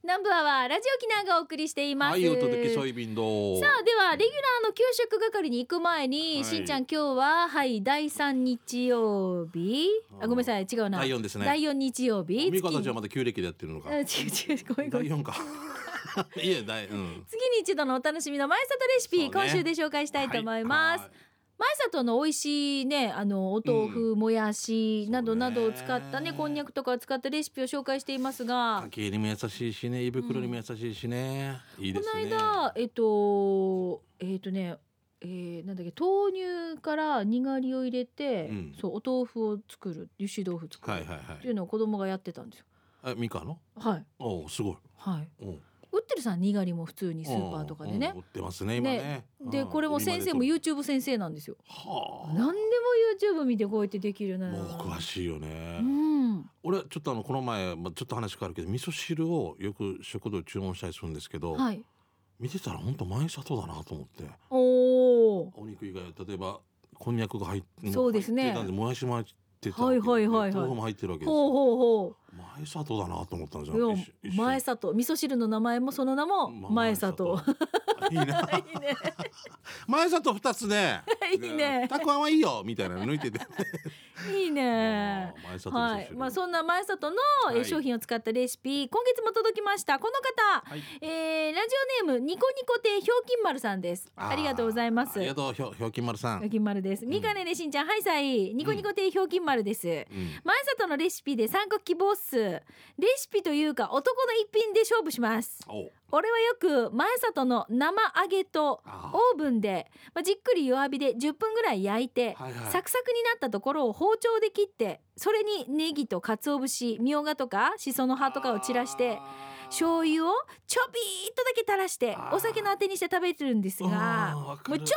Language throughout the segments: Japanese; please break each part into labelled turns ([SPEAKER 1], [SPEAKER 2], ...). [SPEAKER 1] 幹部アワーラジオ沖縄がお送りしています、
[SPEAKER 2] はい、お届けソイビンド。
[SPEAKER 1] さあではレギュラーの給食係に行く前に、
[SPEAKER 2] はい
[SPEAKER 1] しんちゃん今日ははい第三日曜日あごめんなさい違うな
[SPEAKER 2] 第四ですね
[SPEAKER 1] 第四日曜日
[SPEAKER 2] ミカたちは
[SPEAKER 1] ま
[SPEAKER 2] まだ旧暦でやってるのか。
[SPEAKER 1] 違う違うごめんごめ
[SPEAKER 2] 第
[SPEAKER 1] ん
[SPEAKER 2] 四か。 いえ、第、うん。
[SPEAKER 1] 次に一度のお楽しみの前里レシピ、
[SPEAKER 2] そう
[SPEAKER 1] 今
[SPEAKER 2] ね
[SPEAKER 1] 週で紹介したいと思います、
[SPEAKER 2] はい
[SPEAKER 1] 前里の美味しいねあのお豆腐、もやしなどなどを使ったね
[SPEAKER 2] そうね
[SPEAKER 1] こんにゃくとかを使ったレシピを紹介していますが
[SPEAKER 2] 家計にも優しいしね、胃袋にも優しいしね。いい
[SPEAKER 1] こ
[SPEAKER 2] ですね。
[SPEAKER 1] の間えっとえっとねえー、なんだっけ豆乳からにがりを入れて、
[SPEAKER 2] うん
[SPEAKER 1] そうお豆腐を作る油脂豆腐作る、
[SPEAKER 2] はいはいは
[SPEAKER 1] ってい
[SPEAKER 2] い。
[SPEAKER 1] うのを子供がやってたんですよ
[SPEAKER 2] あ、ミカの。
[SPEAKER 1] はい
[SPEAKER 2] おうすごい。
[SPEAKER 1] はい
[SPEAKER 2] おう
[SPEAKER 1] 売ってるさにがりも普通にスーパーとかでね
[SPEAKER 2] うん売ってますね、今ね。
[SPEAKER 1] で
[SPEAKER 2] うん
[SPEAKER 1] これも先生も。
[SPEAKER 2] 売り
[SPEAKER 1] YouTube 先生なんですよ
[SPEAKER 2] 場では
[SPEAKER 1] 何でも YouTube 見てこうやってできる
[SPEAKER 2] あ。
[SPEAKER 1] な
[SPEAKER 2] もう詳しいよ
[SPEAKER 1] う
[SPEAKER 2] ね。
[SPEAKER 1] ん
[SPEAKER 2] 俺ちょっとあのこの前、まあ、ちょっと話変わるけど味噌汁をよく食堂で注文したりするんですけど、
[SPEAKER 1] はい
[SPEAKER 2] 見てたら本当前里だなと思って
[SPEAKER 1] おー
[SPEAKER 2] お肉以外は例えばこんにゃくが入って
[SPEAKER 1] そうですね
[SPEAKER 2] 入ってたんでもやしも入ってたわ
[SPEAKER 1] は
[SPEAKER 2] け
[SPEAKER 1] い
[SPEAKER 2] で
[SPEAKER 1] はいはいはい
[SPEAKER 2] 豆腐も入ってるわけです
[SPEAKER 1] ほうほうほう
[SPEAKER 2] 前里だなと思ったんじゃん
[SPEAKER 1] よ
[SPEAKER 2] 一瞬一瞬
[SPEAKER 1] 前里味噌汁の名前もその名も
[SPEAKER 2] ま
[SPEAKER 1] 前里
[SPEAKER 2] いい ない
[SPEAKER 1] いね
[SPEAKER 2] 前里二つね
[SPEAKER 1] いいね
[SPEAKER 2] たくあんはいいよみたいなの抜い てて
[SPEAKER 1] いいね
[SPEAKER 2] うん前里の
[SPEAKER 1] は
[SPEAKER 2] 味噌
[SPEAKER 1] い、
[SPEAKER 2] 汁
[SPEAKER 1] まあそんな前里のえー
[SPEAKER 2] はい
[SPEAKER 1] 商品を使ったレシピ、今月も届きましたこの方、
[SPEAKER 2] はい
[SPEAKER 1] えーラジオネームニコニコ亭ひょうきん丸さんですありがとうございます
[SPEAKER 2] あり
[SPEAKER 1] ひ
[SPEAKER 2] が
[SPEAKER 1] ょ
[SPEAKER 2] とうひょひょうきん丸さん、
[SPEAKER 1] うきん丸ですみかねねしんちゃんはいさいニコニコ亭ひょうきん丸です、
[SPEAKER 2] うん
[SPEAKER 1] 前里のレシピで参加希望数レシピというか男の一品で勝負します
[SPEAKER 2] お
[SPEAKER 1] 俺はよく前里の生揚げと
[SPEAKER 2] あ
[SPEAKER 1] オーブンで、まあ、じっくり弱火で10分ぐらい焼いて、
[SPEAKER 2] はいはい
[SPEAKER 1] サクサクになったところを包丁で切ってそれにネギと鰹節みょうがとかしその葉とかを散らして醤油をちょびーっとだけ垂らして
[SPEAKER 2] あー
[SPEAKER 1] お酒のあてにして食べてるんですが
[SPEAKER 2] あー
[SPEAKER 1] も
[SPEAKER 2] わ
[SPEAKER 1] う
[SPEAKER 2] か
[SPEAKER 1] 超
[SPEAKER 2] る
[SPEAKER 1] 超超超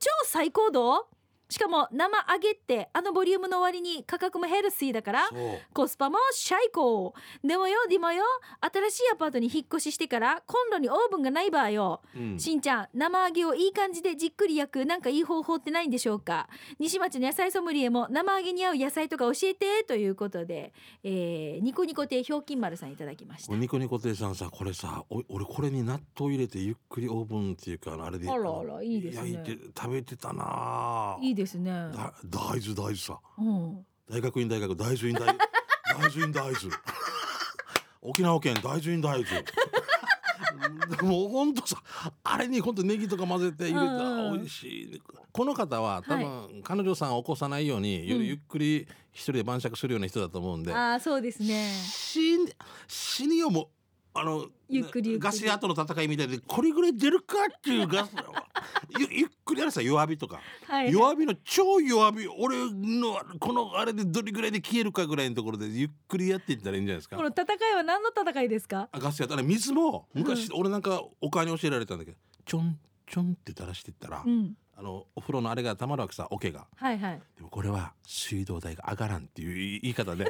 [SPEAKER 1] 超最高度しかも生揚げってあのボリュームの割に価格もヘルシーだから
[SPEAKER 2] そう
[SPEAKER 1] コスパもシャイコでもよでもよ新しいアパートに引っ越ししてからコンロにオーブンがない場合よ
[SPEAKER 2] うん
[SPEAKER 1] しんちゃん生揚げをいい感じでじっくり焼くなんかいい方法ってないんでしょうか西町の野菜ソムリエも生揚げに合う野菜とか教えてということで、えー、ニコニコ亭ひょうきん丸さんいただきました
[SPEAKER 2] ニコニコ亭さんさこれさお俺これに納豆入れてゆっくりオーブンっていうかあのあれで
[SPEAKER 1] あらあら
[SPEAKER 2] の
[SPEAKER 1] いいですね
[SPEAKER 2] 焼いて食べてたなあ
[SPEAKER 1] いいですね、
[SPEAKER 2] だ大豆大豆さ
[SPEAKER 1] うん、
[SPEAKER 2] 大学院大学大豆院 大大豆院大豆沖縄県大豆院大豆 もうほんとさあれにほんとネギとか混ぜて入れた
[SPEAKER 1] うん
[SPEAKER 2] ら
[SPEAKER 1] うん
[SPEAKER 2] 美味しいこの方は多分、彼女さんを起こさないようにゆ,、
[SPEAKER 1] うん
[SPEAKER 2] ゆっくり一人で晩酌するような人だと思うんで
[SPEAKER 1] ああそうですね
[SPEAKER 2] 死に死によもうあの
[SPEAKER 1] ゆっくりゆっくり
[SPEAKER 2] ガス屋との戦いみたいでこれぐらい出るかっていうガス ゆゆっくりやるさ弱火とか、
[SPEAKER 1] はい
[SPEAKER 2] 弱火の超弱火俺のこのあれでどれぐらいで消えるかぐらいのところでゆっくりやっていったらいいんじゃないですか
[SPEAKER 1] この。戦いは何の戦いですか
[SPEAKER 2] あガス屋とあれ水も昔、俺なんかお母に教えられたんだけどちょんちょんって垂らしていったら、
[SPEAKER 1] うん
[SPEAKER 2] あのお風呂のあれがたまるわけさ桶が。
[SPEAKER 1] はいはい
[SPEAKER 2] でもこれは水道代が上がらんっていう言い言い方で。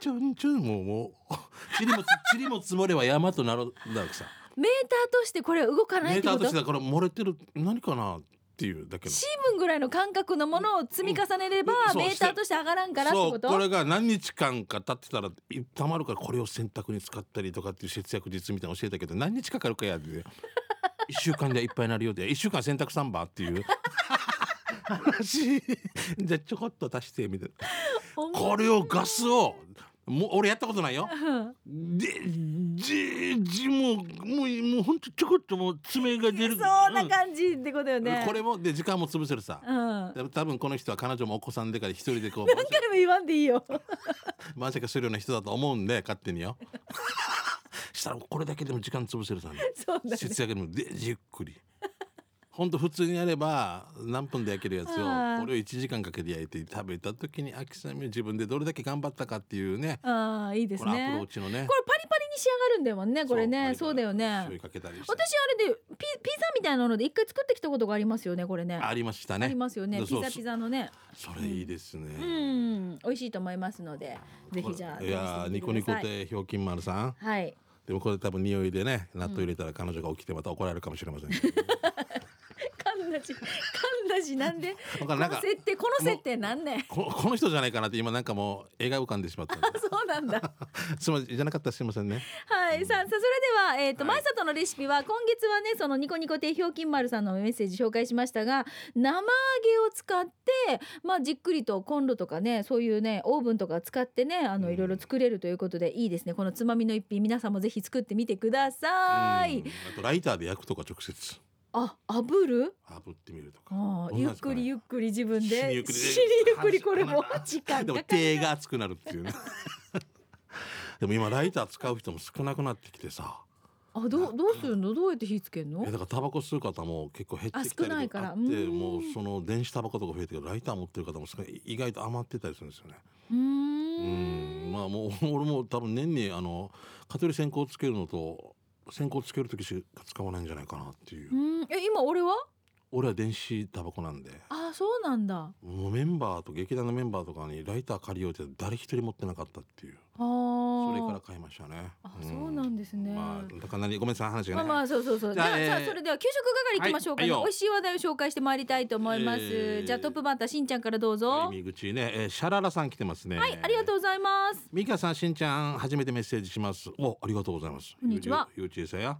[SPEAKER 2] ちょんちょんもうもう塵も塵も積もれば山となるんだわけさ。
[SPEAKER 1] メーターとしてこれは動かない
[SPEAKER 2] メ
[SPEAKER 1] っ
[SPEAKER 2] ー
[SPEAKER 1] て
[SPEAKER 2] ター
[SPEAKER 1] こと
[SPEAKER 2] してだから漏れてる何かなっていうだけの。
[SPEAKER 1] シーブンぐらいの感覚のものを積み重ねれば
[SPEAKER 2] うんそう
[SPEAKER 1] メーターとして上がらんからって
[SPEAKER 2] そ
[SPEAKER 1] こ
[SPEAKER 2] う
[SPEAKER 1] と
[SPEAKER 2] これが何日間か経ってたらたまるからこれを洗濯に使ったりとかっていう節約術みたいなの教えたけど何日かかるかやで 一週間でいっぱいになるようで一週間洗濯三番っていう 話じゃあちょこっと足してみたいな。
[SPEAKER 1] おも
[SPEAKER 2] これをガスをもう俺やったことないよ。
[SPEAKER 1] うん
[SPEAKER 2] でじじもうもうもうほんとちょこっともう爪が出る。
[SPEAKER 1] そうな感じってことよ
[SPEAKER 2] うん
[SPEAKER 1] ね
[SPEAKER 2] これもで時間も潰せるさ
[SPEAKER 1] う。ん
[SPEAKER 2] で多分この人は彼女もお子さんでから一人でこう晩
[SPEAKER 1] 何回も言わんでいいよ。
[SPEAKER 2] 酌晩酌するような人だと思うんで勝手によ。 したらこれだけでも時間潰せる さ、ね。
[SPEAKER 1] そうだね。
[SPEAKER 2] 節約でもでじっくり。ほんと普通にやれば何分で焼けるやつ
[SPEAKER 1] あー
[SPEAKER 2] をこれを1時間かけて焼いて食べた時に秋さみ自分でどれだけ頑張ったかっていうね
[SPEAKER 1] ああいいです
[SPEAKER 2] このアプ
[SPEAKER 1] ね。
[SPEAKER 2] ロー
[SPEAKER 1] こ
[SPEAKER 2] チの
[SPEAKER 1] れ
[SPEAKER 2] ね
[SPEAKER 1] パリパリに仕上がるんだもんね。これね、そうだよね。
[SPEAKER 2] 醤油かけたりし
[SPEAKER 1] 私
[SPEAKER 2] て
[SPEAKER 1] あれでピピザみたいなので一回作ってきたことがありますよね。これね。
[SPEAKER 2] ありました
[SPEAKER 1] あ
[SPEAKER 2] ね
[SPEAKER 1] りますよね。
[SPEAKER 2] そう
[SPEAKER 1] ピ
[SPEAKER 2] そう
[SPEAKER 1] ザピザのね。
[SPEAKER 2] それいいですね、
[SPEAKER 1] うん、美味しいと思いますので、ぜひじゃあ。
[SPEAKER 2] いやーニコニコ。亭ひょうきん丸さん
[SPEAKER 1] はい。
[SPEAKER 2] でもこれ多分匂い でね納豆入れたら彼女が起きてまた怒られるかもしれませんけど、
[SPEAKER 1] かんなち、かん話なんで
[SPEAKER 2] だか
[SPEAKER 1] こ
[SPEAKER 2] らなん
[SPEAKER 1] の
[SPEAKER 2] か
[SPEAKER 1] 設定この設定なんねん
[SPEAKER 2] ここの人じゃないかなって今なんかもう映画浮かんでしまったんで
[SPEAKER 1] そうなんだ
[SPEAKER 2] すいませんじゃなかったらすいませんね
[SPEAKER 1] はい、さあ、さあそれでは、えっ、と、
[SPEAKER 2] はい
[SPEAKER 1] 前里のレシピは、今月はね、そのニコニコ定評金丸さんのメッセージ紹介しましたが。生揚げを使って、まあ、じっくりとコンロとかね、そういうね、オーブンとか使ってね、あの、
[SPEAKER 2] うん
[SPEAKER 1] いろいろ作れるということで、いいですね。このつまみの一品、皆さんもぜひ作ってみてください。
[SPEAKER 2] うんあとライターで焼くとか直接
[SPEAKER 1] あ、炙る。
[SPEAKER 2] 炙ってみるとか
[SPEAKER 1] ああ、
[SPEAKER 2] どう
[SPEAKER 1] ゆ
[SPEAKER 2] な
[SPEAKER 1] っ
[SPEAKER 2] んですか
[SPEAKER 1] く
[SPEAKER 2] ね
[SPEAKER 1] りゆっくり自分
[SPEAKER 2] 死に
[SPEAKER 1] で
[SPEAKER 2] ゆっ。くり
[SPEAKER 1] 死にゆっくり、これ も時間
[SPEAKER 2] で
[SPEAKER 1] か
[SPEAKER 2] も
[SPEAKER 1] か
[SPEAKER 2] 手が熱くなるっていうね でも今ライター使う人も少なくなってきてさ
[SPEAKER 1] あ、どう、どうするの、どうやって火つけるの
[SPEAKER 2] え。だからタバコ吸う方も結構減ってきたり
[SPEAKER 1] あ少ない
[SPEAKER 2] と
[SPEAKER 1] か
[SPEAKER 2] からあって
[SPEAKER 1] うん
[SPEAKER 2] もうその電子タバコとか増えてるからライター持ってる方も少ない意外と余ってたりするんですよね
[SPEAKER 1] うー
[SPEAKER 2] うん
[SPEAKER 1] ん。
[SPEAKER 2] まあもう 俺も多分年にあの蚊取り線香つけるのと線香つける時しか使わないんじゃないかなっていう、
[SPEAKER 1] うん、え、今、俺は。
[SPEAKER 2] 俺は電子タバコなんで
[SPEAKER 1] ああ、そうなんだ。
[SPEAKER 2] もうメンバーと劇団のメンバーとかにライター借りようって誰一人持ってなかったっていう
[SPEAKER 1] あ
[SPEAKER 2] そ
[SPEAKER 1] そ
[SPEAKER 2] れから買いましたね
[SPEAKER 1] あそうなんですね
[SPEAKER 2] まあだから何ごめんなさい話が
[SPEAKER 1] まあ
[SPEAKER 2] ね、
[SPEAKER 1] まあそうそうそうじ
[SPEAKER 2] じ
[SPEAKER 1] ゃ
[SPEAKER 2] ゃ
[SPEAKER 1] あ
[SPEAKER 2] あ
[SPEAKER 1] じゃあ,、
[SPEAKER 2] えー
[SPEAKER 1] それでは給食係行きましょうかね、
[SPEAKER 2] はいはいよ
[SPEAKER 1] 美味しい話題を紹介してまいりたいと思います、
[SPEAKER 2] えー
[SPEAKER 1] じゃあトップバッターしんちゃんからどうぞ
[SPEAKER 2] 入り口ね、えーシャララさん来てますね
[SPEAKER 1] はいありがとうございます
[SPEAKER 2] ミカさんしんちゃん初めてメッセージしますおありがとうございます
[SPEAKER 1] こんにちは
[SPEAKER 2] ゆうちゆうちえさや、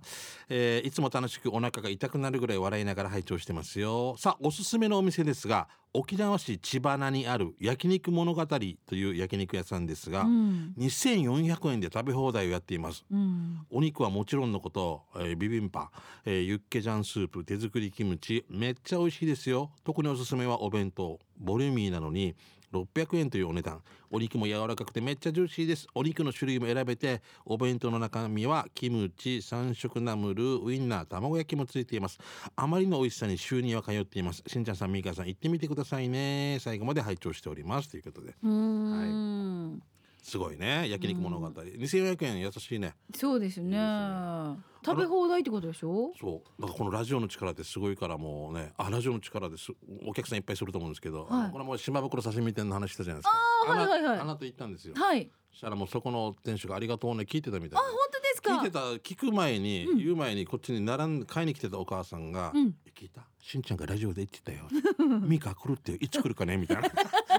[SPEAKER 2] えーいつも楽しくお腹が痛くなるぐらい笑いながら拝聴してますよさあおすすめのお店ですが沖縄市千花にある焼肉物語という焼肉屋さんですが、
[SPEAKER 1] うん
[SPEAKER 2] 2400円で食べ放題をやっています
[SPEAKER 1] うん
[SPEAKER 2] お肉はもちろんのこと、えービビンパ、えーユッケジャンスープ手作りキムチめっちゃ美味しいですよ特におすすめはお弁当ボリューミーなのに600円というお値段お肉も柔らかくてめっちゃジューシーですお肉の種類も選べてお弁当の中身はキムチ三色ナムルウインナー卵焼きもついていますあまりの美味しさに週には通っていますしんちゃんさんみーかさん行ってみてくださいね最後まで拝聴しておりますということで
[SPEAKER 1] うーん、
[SPEAKER 2] すごいね焼肉物語、2400円優しいね
[SPEAKER 1] そうですね
[SPEAKER 2] いいですね
[SPEAKER 1] 食べ放題ってことでしょ
[SPEAKER 2] そうだからこのラジオの力ってすごいからもうねあラジオの力ですお客さんいっぱいすると思うんですけど、
[SPEAKER 1] はい
[SPEAKER 2] これもう島袋刺身店の話したじゃないですか
[SPEAKER 1] あー
[SPEAKER 2] な
[SPEAKER 1] はいはいはい
[SPEAKER 2] あなた行ったんですよ
[SPEAKER 1] はい
[SPEAKER 2] そしたらもうそこの店主が「ありがとうね」聞いてたみたい
[SPEAKER 1] あ本当ですか
[SPEAKER 2] 聞いてた聞く前に、
[SPEAKER 1] うん
[SPEAKER 2] 言う前にこっちに並ん買いに来てたお母さんが「
[SPEAKER 1] うん
[SPEAKER 2] 聞いたしんちゃんがラジオで言って たよ」「ミカ来るっていつ来るかね」みたいな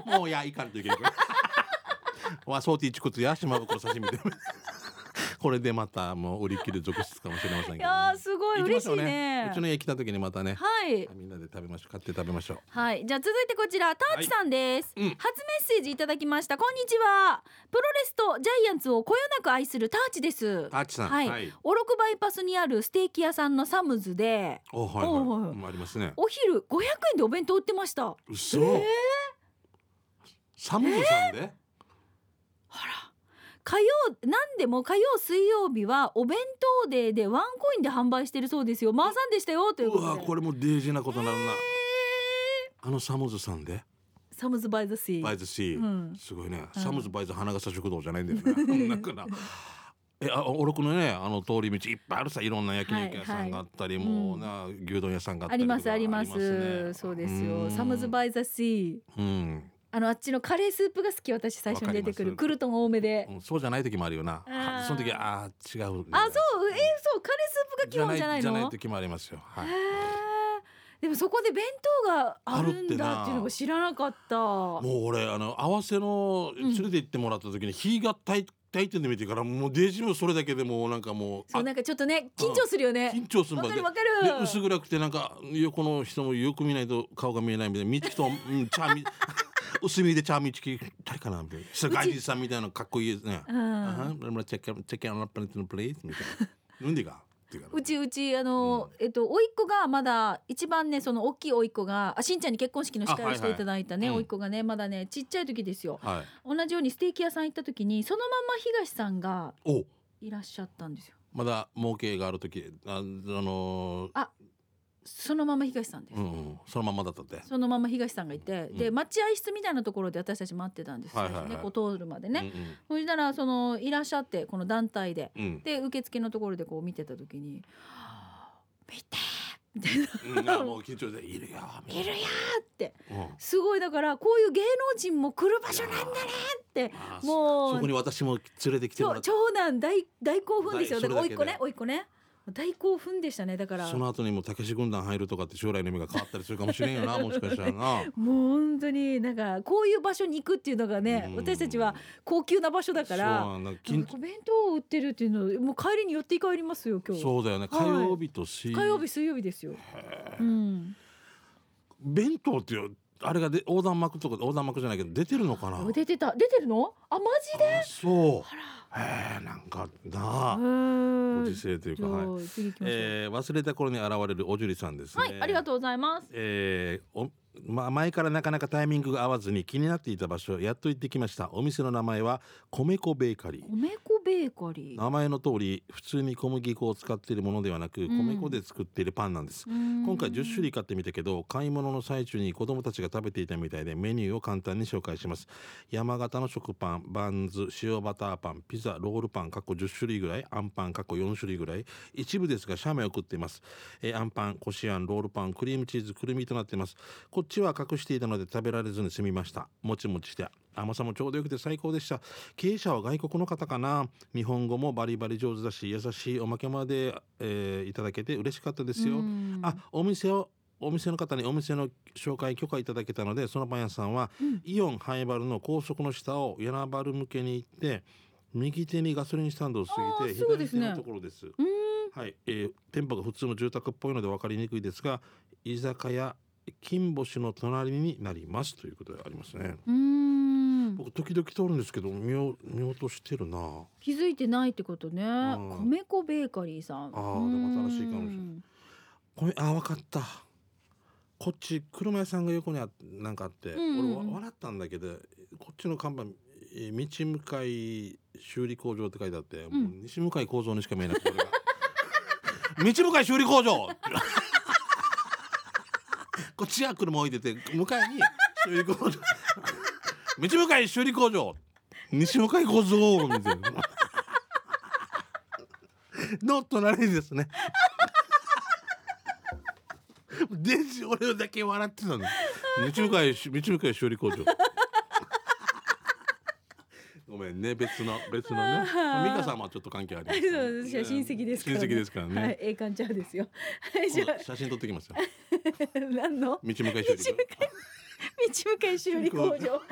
[SPEAKER 2] 「もういやいかんといけない」「わそうていちこつや島袋刺身店」これでまたもう売り切る続出かもしれませんけどね、
[SPEAKER 1] いやーすごい
[SPEAKER 2] 行きま
[SPEAKER 1] 嬉
[SPEAKER 2] し
[SPEAKER 1] し
[SPEAKER 2] ょ
[SPEAKER 1] いうね
[SPEAKER 2] うちの家来た時にまたね、
[SPEAKER 1] はい
[SPEAKER 2] みんなで食べましょう買って食べましょう
[SPEAKER 1] はい、じゃあ続いてこちらターチさんです、
[SPEAKER 2] はいうん
[SPEAKER 1] 初メッセージいただきましたこんにちはプロレスとジャイアンツをこよなく愛するターチです
[SPEAKER 2] タッチさん
[SPEAKER 1] はい
[SPEAKER 2] はい、
[SPEAKER 1] オロクバイパスにあるステーキ屋さんのサムズで
[SPEAKER 2] おは
[SPEAKER 1] おう
[SPEAKER 2] いはい
[SPEAKER 1] おうおう
[SPEAKER 2] うんありますね
[SPEAKER 1] お昼500円でお弁当売ってました
[SPEAKER 2] うそ、サムズさんで、
[SPEAKER 1] 火曜何でも火曜水曜日はお弁当デーでワンコインで販売してるそうですよマーさんでしたよという
[SPEAKER 2] う
[SPEAKER 1] ことで
[SPEAKER 2] わこれもデージなことになるな、あのサムズさんで
[SPEAKER 1] サムズバイザシー
[SPEAKER 2] バイズシー、
[SPEAKER 1] うん
[SPEAKER 2] すごいね、
[SPEAKER 1] うん
[SPEAKER 2] サムズバイズ花笠食堂じゃないんだよね なんかなえあおろくのねあの通り道いっぱいあるさいろんな焼肉屋さんがあったり、
[SPEAKER 1] はいはい
[SPEAKER 2] もうな、牛丼屋さんがあっ
[SPEAKER 1] あ
[SPEAKER 2] たり
[SPEAKER 1] り
[SPEAKER 2] とか
[SPEAKER 1] ますあります
[SPEAKER 2] ね
[SPEAKER 1] そうですよ
[SPEAKER 2] ん
[SPEAKER 1] サムズバイザシー
[SPEAKER 2] うん
[SPEAKER 1] あのあっちのカレースープが好き私最初に出てくる
[SPEAKER 2] わかります
[SPEAKER 1] クルトン多めで、
[SPEAKER 2] うんそうじゃない時もあるよな。
[SPEAKER 1] あー
[SPEAKER 2] その時はあー違うみたいな。
[SPEAKER 1] あそうえーそうカレースープが基本じゃない
[SPEAKER 2] じゃ
[SPEAKER 1] の
[SPEAKER 2] ない時もありますよ。はい
[SPEAKER 1] へ。ーでもそこで弁当があるんだっていうのが知らなかった
[SPEAKER 2] もう俺あの合わせの連れて行ってもらった時に火がたい炊いてんで見てからもうデージもそれだけでもうなんかもう
[SPEAKER 1] そう
[SPEAKER 2] あ
[SPEAKER 1] なんかちょっとね緊張するよね
[SPEAKER 2] 緊張するん
[SPEAKER 1] わ
[SPEAKER 2] だ
[SPEAKER 1] か
[SPEAKER 2] で
[SPEAKER 1] るわか
[SPEAKER 2] で
[SPEAKER 1] る
[SPEAKER 2] 薄暗くてなんか横の人もよく見ないと顔が見えないみたいなみち きと、うん、チャーミ 薄見でチャーミチキ誰かなみたいな世界人さんみたいなかっこいいですね。
[SPEAKER 1] う
[SPEAKER 2] あ
[SPEAKER 1] ん
[SPEAKER 2] はん、チェックチェックアンラップネットのプレイみたい な。なんでかっていうから
[SPEAKER 1] うちうちあの、えっと甥っ子がまだ一番ねその大きい甥っ子があしんちゃんに結婚式の司会
[SPEAKER 2] あ
[SPEAKER 1] を
[SPEAKER 2] はいはい
[SPEAKER 1] していただいたね、
[SPEAKER 2] うん
[SPEAKER 1] 甥っ子がねまだねちっちゃい時ですよ
[SPEAKER 2] はい。
[SPEAKER 1] 同じようにステーキ屋さん行った時にそのまま東さんが
[SPEAKER 2] おう。
[SPEAKER 1] いらっしゃったんですよ
[SPEAKER 2] まだ儲けがある時ああのー
[SPEAKER 1] あそのまま東さんです、
[SPEAKER 2] うんうんそのまんまだったって
[SPEAKER 1] そのまま東さんがいて、
[SPEAKER 2] うん
[SPEAKER 1] で待合室みたいなところで私たち待ってたんです、
[SPEAKER 2] はいはいはい
[SPEAKER 1] 最初ねこう通るまでね、
[SPEAKER 2] うん
[SPEAKER 1] そしたらそのいらっしゃってこの団体で
[SPEAKER 2] うん
[SPEAKER 1] で受付のところでこう見てた時に「見て!」みたいな
[SPEAKER 2] うんうんあもう緊張しているよ
[SPEAKER 1] 「いるや!」って
[SPEAKER 2] うん
[SPEAKER 1] すごいだからこういう芸能人も来る場所なんだねって
[SPEAKER 2] あー
[SPEAKER 1] も
[SPEAKER 2] そうこに私も連れてきても
[SPEAKER 1] 長
[SPEAKER 2] らって
[SPEAKER 1] 長男大大興奮ですよ
[SPEAKER 2] 大
[SPEAKER 1] だから甥っ子
[SPEAKER 2] それだけ
[SPEAKER 1] ね
[SPEAKER 2] で
[SPEAKER 1] 甥っ子ね大興奮でしたねだから
[SPEAKER 2] その後にもたけし軍団入るとかって将来の夢が変わったりするかもしれん よなもしかしたらな。
[SPEAKER 1] もう本当になんかこういう場所に行くっていうのがね、
[SPEAKER 2] うん
[SPEAKER 1] 私たちは高級な場所だから
[SPEAKER 2] そうなんだ
[SPEAKER 1] なん
[SPEAKER 2] 緊
[SPEAKER 1] かお弁当を売ってるっていうのもう帰りに寄って帰りますよ今日
[SPEAKER 2] そうだよね火曜日と水、
[SPEAKER 1] 火曜日水曜日ですよ、うん、
[SPEAKER 2] 弁当っていうあれがで横断幕とか横断幕じゃないけど出てるのかな
[SPEAKER 1] 出てた出てるのあマジで
[SPEAKER 2] あそうへえなんかなあ
[SPEAKER 1] うん
[SPEAKER 2] ご時世という
[SPEAKER 1] じ
[SPEAKER 2] か、
[SPEAKER 1] ゃ
[SPEAKER 2] はい
[SPEAKER 1] あ次行きましょう、
[SPEAKER 2] えー忘れた頃に現れるおじゅりさんですね
[SPEAKER 1] はいありがとうございます
[SPEAKER 2] えーおま、前からなかなかタイミングが合わずに気になっていた場所やっと行ってきましたお店の名前は米粉ベーカリー
[SPEAKER 1] 米粉ベーカリー
[SPEAKER 2] 名前の通り普通に小麦粉を使っているものではなく
[SPEAKER 1] ん
[SPEAKER 2] 米粉で作っているパンなんです、今
[SPEAKER 1] 今
[SPEAKER 2] 回10種類買ってみたけど買い物の最中に子供たちが食べていたみたいでメニューを簡単に紹介します山形の食パンバンズ塩バターパンピザロールパン過去10種類ぐらいあんパン過去4種類ぐらい一部ですが写メを送っています、えー、あんパンこしあんロールパンクリームチーズくるみとなっていますこっちは隠していたので食べられずに済みましたもちもちして甘さもちょうどよくて最高でした経営者は外国の方かな日本語もバリバリ上手だし優しいおまけまで、えーいただけて嬉しかったです
[SPEAKER 1] う
[SPEAKER 2] よ、
[SPEAKER 1] ん
[SPEAKER 2] あお店をお店の方にお店の紹介許可いただけたのでそのパン屋さんは、
[SPEAKER 1] うん
[SPEAKER 2] イオンハイバルの高速の下を柳原向けに行って右手にガソリンスタンドを過
[SPEAKER 1] あ
[SPEAKER 2] ぎ
[SPEAKER 1] ー
[SPEAKER 2] て
[SPEAKER 1] そうで
[SPEAKER 2] 左
[SPEAKER 1] す
[SPEAKER 2] 手
[SPEAKER 1] ね
[SPEAKER 2] のところです
[SPEAKER 1] うん
[SPEAKER 2] はい、えー店舗が普通の住宅っぽいので分かりにくいですが居酒屋金星の隣になりますということでありますね
[SPEAKER 1] うん
[SPEAKER 2] 僕時々通るんですけど見よ見落としてるな
[SPEAKER 1] 気づいてないってことね
[SPEAKER 2] ん
[SPEAKER 1] 米粉ベーカリーさん
[SPEAKER 2] あーでも新しいかもしれない
[SPEAKER 1] うん
[SPEAKER 2] これあ分かったこっち車屋さんが横にあなんかあって、
[SPEAKER 1] うんうんうん
[SPEAKER 2] 俺わ笑ったんだけどこっちの看板えー道向かい修理工場って書いてあって、
[SPEAKER 1] ん
[SPEAKER 2] もう西向かい構造にしか見えなくて俺が 道向かい修理工場こっちは車置いてて向かいに修理工場 道向かい修理工場西向かい構造みたいなの隣ですね電子俺だけ笑ってたの道向かいし道向かい修理工場ごめんね別の別のねまあ美香さんはちょっと関係あります、ね、
[SPEAKER 1] そう私は親戚ですからね
[SPEAKER 2] 親戚ですからね、
[SPEAKER 1] はい、ええ感じゃですよ。はい、 じゃ
[SPEAKER 2] 今度写真撮ってきますよ
[SPEAKER 1] あ、何の
[SPEAKER 2] 道向かい
[SPEAKER 1] 道
[SPEAKER 2] 修
[SPEAKER 1] 向
[SPEAKER 2] 理
[SPEAKER 1] かい道向かい修理工場。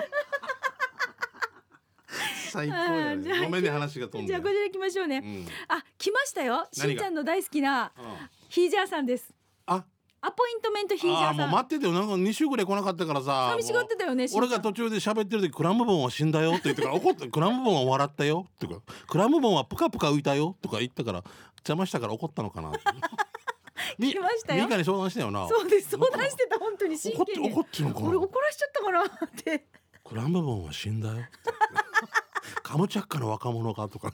[SPEAKER 2] 最高や
[SPEAKER 1] あーじゃあ
[SPEAKER 2] ねごめんね話が飛
[SPEAKER 1] じ
[SPEAKER 2] んで
[SPEAKER 1] ゃあこちら行きましょうね。
[SPEAKER 2] うん
[SPEAKER 1] あ、来ましたよ。しんちゃんの大好きな
[SPEAKER 2] あ
[SPEAKER 1] ヒージャーさんです。
[SPEAKER 2] あ
[SPEAKER 1] アポイントメントヒージャー
[SPEAKER 2] あーも
[SPEAKER 1] さ。
[SPEAKER 2] うん待っててよなんか2週ぐらい来なかったからさ
[SPEAKER 1] 寂しがってたよね。しんちゃ
[SPEAKER 2] 俺
[SPEAKER 1] ん
[SPEAKER 2] が途中で喋ってる時クラムボンは死んだよって言ってから怒ってクラムボンは笑ったよとかクラムボンはプカプカ浮いたよとか言ったから邪魔したから怒ったの かなみ
[SPEAKER 1] 来ましたよ
[SPEAKER 2] ミカに相談したよな
[SPEAKER 1] そうです。相談してた本当に真
[SPEAKER 2] 怒って
[SPEAKER 1] 剣に。
[SPEAKER 2] 怒ってるのか
[SPEAKER 1] 俺
[SPEAKER 2] な
[SPEAKER 1] 怒らしちゃったかな って。
[SPEAKER 2] クラムボンは死んだよカムチャッカの若者かと か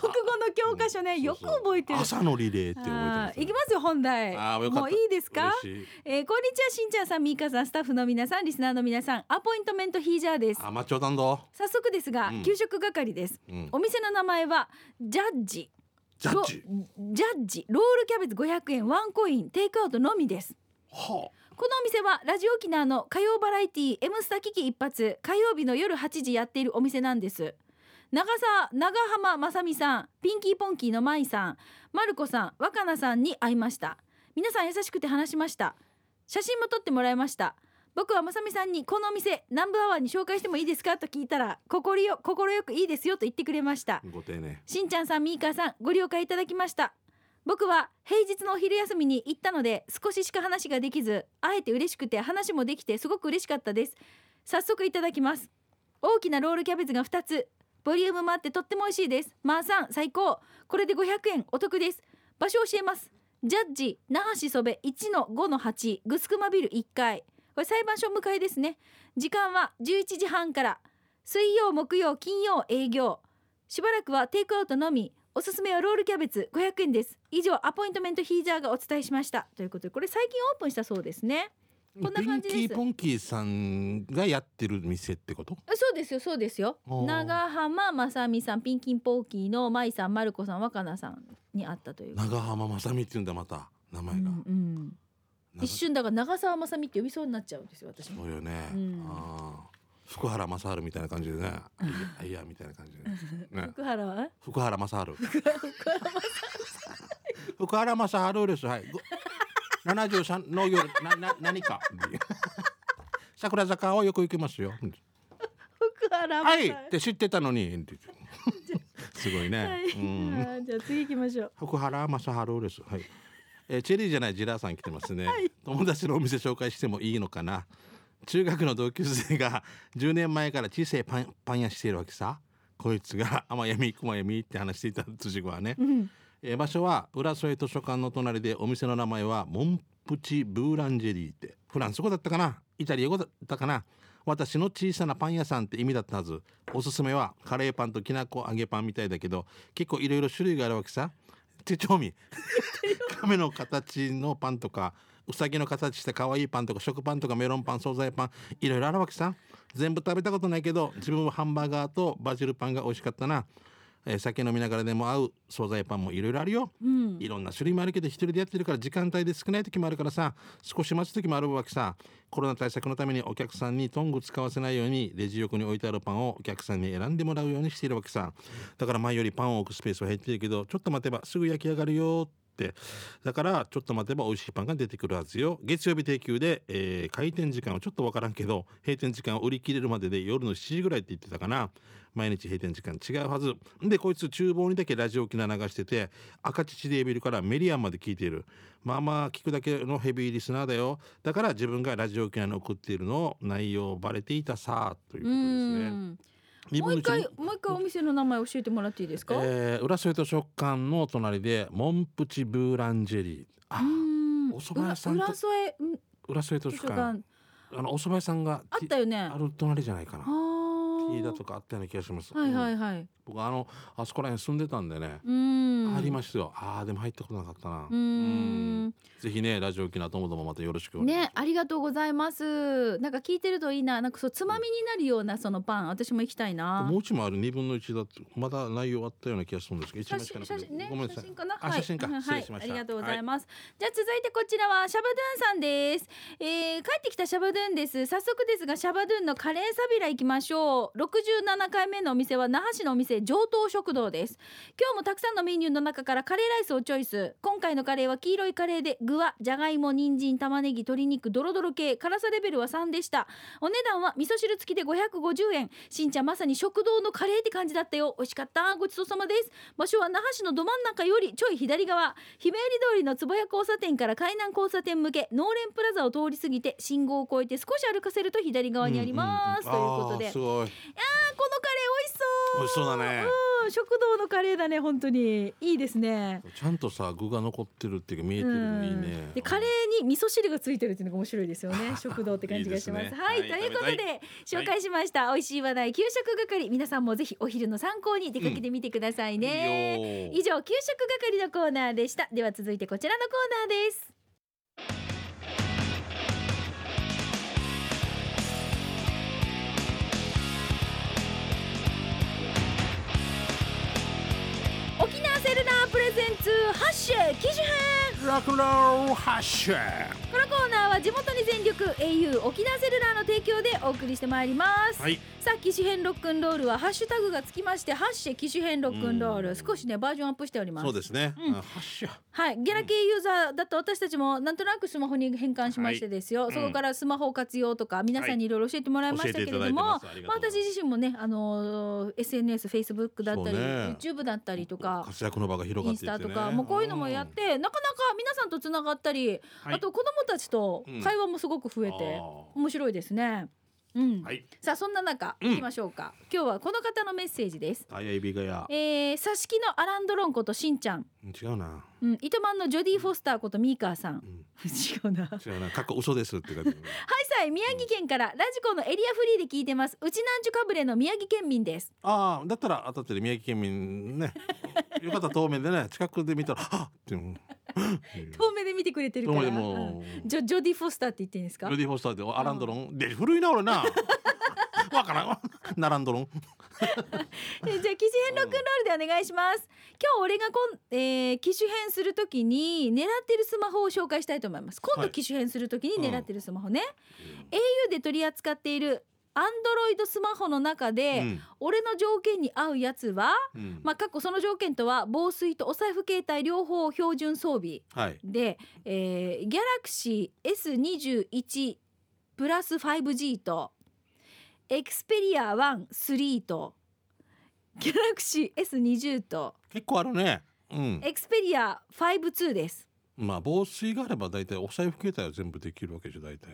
[SPEAKER 1] 国語の教科書ね、よく覚えてる。
[SPEAKER 2] 朝のリレーって覚えてます
[SPEAKER 1] あーいきますよ本題
[SPEAKER 2] あーよかった
[SPEAKER 1] もういいですか
[SPEAKER 2] 嬉しい
[SPEAKER 1] えーこんにちはしんちゃんさんみーかさんスタッフの皆さんリスナーの皆さんアポイントメントヒージャーです
[SPEAKER 2] あマッチョ担当
[SPEAKER 1] 早速ですが、
[SPEAKER 2] うん
[SPEAKER 1] 給食係です
[SPEAKER 2] うん
[SPEAKER 1] お店の名前はジャッジ
[SPEAKER 2] ジャッジ
[SPEAKER 1] ロジャッジロールキャベツ500円ワンコインテイクアウトのみです
[SPEAKER 2] は
[SPEAKER 1] このお店はラジオ沖縄の火曜バラエティー M スタ危機一発火曜日の夜8時やっているお店なんです長さ長浜正美さんピンキーポンキーの舞さんまる子さん若菜さんに会いました皆さん優しくて話しました写真も撮ってもらいました僕は正美さんにこのお店ナンバーワンに紹介してもいいですかと聞いたら心よ心よくいいですよと言ってくれました
[SPEAKER 2] あご丁寧
[SPEAKER 1] しんちゃんさんみーかーさんご了解いただきました僕は平日のお昼休みに行ったので少ししか話ができずあえて嬉しくて話もできてすごく嬉しかったです早速いただきます大きなロールキャベツが2つボリュームもあってとっても美味しいですまーさん最高これで500円お得です場所教えますジャッジ那覇しそべ1の5の8グスクマビル1階これ裁判所向かいですね時間は11時半から水曜木曜金曜営業しばらくはテイクアウトのみおすすめはロールキャベツ500円です以上アポイントメントヒージャーがお伝えしましたということでこれ最近オープンしたそうですねこんな
[SPEAKER 2] ピ
[SPEAKER 1] 感
[SPEAKER 2] ン
[SPEAKER 1] じ
[SPEAKER 2] キ
[SPEAKER 1] です
[SPEAKER 2] ーポンキーさんがやってる店ってこと
[SPEAKER 1] あそうですよそうですよ
[SPEAKER 2] おー
[SPEAKER 1] 長浜正美さんピンキンポーキーの舞さんまる子さん若菜さんに会ったという、
[SPEAKER 2] 長浜正美っていうんだまた名
[SPEAKER 1] う
[SPEAKER 2] 前が、
[SPEAKER 1] んうん、
[SPEAKER 2] 長
[SPEAKER 1] 一瞬だから長澤まさみって呼びそうになっちゃうんですよ私も
[SPEAKER 2] そうよね。
[SPEAKER 1] うん
[SPEAKER 2] ああ福原雅治みたいな感じでね。いやいやみたいな感じでね。ね
[SPEAKER 1] 福原は
[SPEAKER 2] 福原雅治。福原雅治。僕荒政ハルーですはいご73農業なな何か桜坂をよく行きますよ
[SPEAKER 1] 福原
[SPEAKER 2] はい
[SPEAKER 1] は
[SPEAKER 2] っ
[SPEAKER 1] い
[SPEAKER 2] て知ってたのに すごいね、うん
[SPEAKER 1] あーじゃあ次行きましょう
[SPEAKER 2] 福原正春です。はい。えーチェリーじゃないジラーさん来てますね、友達のお店紹介してもいいのかな中学の同級生が10年前から小さいパンパン屋しているわけさこいつが「あまやみくまやみ」って話していた辻子はね、
[SPEAKER 1] うん
[SPEAKER 2] えー場所は浦添図書館の隣でお店の名前はモンプチブーランジェリーってフランス語だったかなイタリア語だったかな私の小さなパン屋さんって意味だったはずおすすめはカレーパンときなこ揚げパンみたいだけど結構いろいろ種類があるわけさ手帳見亀の形のパンとかうさぎの形した可愛いパンとか食パンとかメロンパン惣菜パンいろいろあるわけさ全部食べたことないけど自分はハンバーガーとバジルパンが美味しかったな、えー酒飲みながらでも合う惣菜パンもいろいろあるよ
[SPEAKER 1] うん
[SPEAKER 2] いろんな種類もあるけど一人でやってるから時間帯で少ない時もあるからさ少し待つ時もあるわけさコロナ対策のためにお客さんにトング使わせないようにレジ横に置いてあるパンをお客さんに選んでもらうようにしているわけさだから前よりパンを置くスペースは減ってるけどちょっと待てばすぐ焼き上がるよってだからちょっと待てば美味しいパンが出てくるはずよ月曜日定休で、えー開店時間はちょっとわからんけど閉店時間を売り切れるまでで夜の7時ぐらいって言ってたかな毎日閉店時間違うはずでこいつ厨房にだけラジオ機能流してて赤乳デービルからメリアンまで聞いているまあまあ聞くだけのヘビーリスナーだよだから自分がラジオ機能に送っているのを内容バレていたさという
[SPEAKER 1] う
[SPEAKER 2] ことですね
[SPEAKER 1] んもう一回もう一回お店の名前教えてもらっていいですか、
[SPEAKER 2] えー、浦添図書館の隣でモンプチブーランジェリーあ
[SPEAKER 1] うん
[SPEAKER 2] お蕎麦屋さんと
[SPEAKER 1] 裏裏添えん
[SPEAKER 2] 浦添図
[SPEAKER 1] 図
[SPEAKER 2] 書
[SPEAKER 1] 書
[SPEAKER 2] 館
[SPEAKER 1] 館
[SPEAKER 2] あのお蕎麦屋さんが
[SPEAKER 1] あったよね
[SPEAKER 2] ある隣じゃないかな
[SPEAKER 1] あー
[SPEAKER 2] 飯田とかあったような気がします、
[SPEAKER 1] はいは
[SPEAKER 2] うん
[SPEAKER 1] いはい
[SPEAKER 2] 僕あのあそこら辺住んでたんでね、
[SPEAKER 1] うん
[SPEAKER 2] 入り
[SPEAKER 1] し
[SPEAKER 2] ましたよあーでも入ったことなかったな
[SPEAKER 1] うー
[SPEAKER 2] うん
[SPEAKER 1] ん
[SPEAKER 2] ぜひねラジオ機能ともどもまたよろしくお願いします
[SPEAKER 1] ねありがとうございますなんか聞いてるといいななんかそうつまみになるようなそのパン私も行きたいな
[SPEAKER 2] もう一枚ある二分の一だってまだ内容あったような気がするんですけど一
[SPEAKER 1] 写
[SPEAKER 2] 枚しか
[SPEAKER 1] 真
[SPEAKER 2] な
[SPEAKER 1] 写
[SPEAKER 2] くて
[SPEAKER 1] 真ね
[SPEAKER 2] ごめんな
[SPEAKER 1] 写
[SPEAKER 2] さい
[SPEAKER 1] 真かな
[SPEAKER 2] あ
[SPEAKER 1] はい
[SPEAKER 2] 写真か
[SPEAKER 1] うん
[SPEAKER 2] 失
[SPEAKER 1] は
[SPEAKER 2] 礼
[SPEAKER 1] い
[SPEAKER 2] しま
[SPEAKER 1] あ
[SPEAKER 2] した
[SPEAKER 1] りがとうございます、じゃあ続いてこちらはシャバドゥンさんです、えー帰ってきたシャバドゥンです早速ですがシャバドゥンのカレーサビラ行きましょう67回目のお店は那覇市のお店上等食堂です今日もたくさんのメニューの中からカレーライスをチョイス今回のカレーは黄色いカレーで具はじゃがいも人参玉ねぎ鶏肉ドロドロ系辛さレベルは3でしたお値段は味噌汁付きで550円しんちゃんまさに食堂のカレーって感じだったよ美味しかったごちそうさまです場所は那覇市のど真ん中よりちょい左側ひめゆり通りのつぼや交差点から海南交差点向け農連プラザを通り過ぎて信号を越えて少し歩かせると左側にあります、
[SPEAKER 2] うんうんうん
[SPEAKER 1] ということであ
[SPEAKER 2] あー
[SPEAKER 1] ー
[SPEAKER 2] す
[SPEAKER 1] こ
[SPEAKER 2] ごい
[SPEAKER 1] のカレー美味しそう
[SPEAKER 2] 美味しそうだね
[SPEAKER 1] うん食堂のカレーだね本当にいいですね
[SPEAKER 2] ちゃんとさ具が残ってるっていうか見えてるのいいね
[SPEAKER 1] でカレーに味噌汁がついてるっていうのが面白いですよね食堂って感じがします
[SPEAKER 2] いいですね
[SPEAKER 1] はい、
[SPEAKER 2] はい
[SPEAKER 1] ということ
[SPEAKER 2] 食べ
[SPEAKER 1] で紹介しました、美味しい話題給食係皆さんもぜひお昼の参考に出かけてみてくださいね、
[SPEAKER 2] いいよ
[SPEAKER 1] 以上給食係のコーナーでしたでは続いてこちらのコーナーです沖縄セルナープレゼンツハッシュ機種編
[SPEAKER 2] ロックンロールハッシュ
[SPEAKER 1] このコーナーは地元に全力 au 沖縄セルラーの提供でお送りしてまいります、
[SPEAKER 2] はい
[SPEAKER 1] さあ機種編ロックンロールはハッシュタグがつきましてハッシュ機種編ロックンロー
[SPEAKER 2] う
[SPEAKER 1] ル
[SPEAKER 2] ん
[SPEAKER 1] 少しねバージョンアップしております
[SPEAKER 2] そうですね
[SPEAKER 1] うん
[SPEAKER 2] あハッシュ
[SPEAKER 1] はい、ゲラ系ユーザーだと私たちもなんとなくスマホに変換しましてですよ、
[SPEAKER 2] いうん
[SPEAKER 1] そこからスマホ活用とか皆さんにいろいろ教えてもらいましたけれども、まあ
[SPEAKER 2] 教えていただいてますありがとうございます
[SPEAKER 1] 私自身もね、あのー SNS、Facebook だったり、
[SPEAKER 2] そうね
[SPEAKER 1] YouTube だったりとか、
[SPEAKER 2] 活躍の場が広
[SPEAKER 1] イ
[SPEAKER 2] がっ
[SPEAKER 1] ン
[SPEAKER 2] て
[SPEAKER 1] ス
[SPEAKER 2] いっ
[SPEAKER 1] タ
[SPEAKER 2] てね
[SPEAKER 1] とかもうこういうのもやってなかなか皆さんとつながったり、
[SPEAKER 2] はい
[SPEAKER 1] あと子どもたちと会話もすごく増えて、
[SPEAKER 2] あ
[SPEAKER 1] 面白いですね。うん
[SPEAKER 2] ーはい
[SPEAKER 1] さあそんな中
[SPEAKER 2] うん
[SPEAKER 1] いきましょうか、今日はこの方のメッセージです。
[SPEAKER 2] あやいびがや
[SPEAKER 1] えー、挿し木のアランドロンことしんちゃん、
[SPEAKER 2] 違うな
[SPEAKER 1] うん、糸満のジョディ・フォスターことミーカーさん
[SPEAKER 2] う
[SPEAKER 1] 違
[SPEAKER 2] ん
[SPEAKER 1] うな
[SPEAKER 2] 違うな過去嘘ですって書いて
[SPEAKER 1] は
[SPEAKER 2] ある
[SPEAKER 1] いさい宮城県からラジコのエリアフリーで聞いてますうちなんちゅかぶれの宮城県民です
[SPEAKER 2] ああだったら当たってる宮城県 民ねよかったら遠目でね近くで見たらはっっても
[SPEAKER 1] 遠目で見てくれてるから
[SPEAKER 2] 遠目でも
[SPEAKER 1] うんジョジョディ・フォスターって言っていいんですか
[SPEAKER 2] ジョディ・フォスターでアランドロンで古いな俺な わからん わナランドロン
[SPEAKER 1] えじゃあ機種編ロックンロールでお願いします今日俺がこん、えー、機種編するときに狙ってるスマホを紹介したいと思います今
[SPEAKER 2] は
[SPEAKER 1] 度
[SPEAKER 2] い
[SPEAKER 1] 機種編するときに狙ってるスマホね、au で取り扱っているアンドロイドスマホの中で、
[SPEAKER 2] うん
[SPEAKER 1] 俺の条件に合うやつは、
[SPEAKER 2] うん
[SPEAKER 1] まあ、かっこその条件とは防水とお財布携帯両方を標準装備
[SPEAKER 2] はい
[SPEAKER 1] で、えー、ギャラクシー S21 プラス 5G とエクスペリア13とギャラクシー S20 と
[SPEAKER 2] 結構あるねうん
[SPEAKER 1] エクスペリア52です。
[SPEAKER 2] まあ防水があれば大体お財布携帯は全部できるわけじゃ大体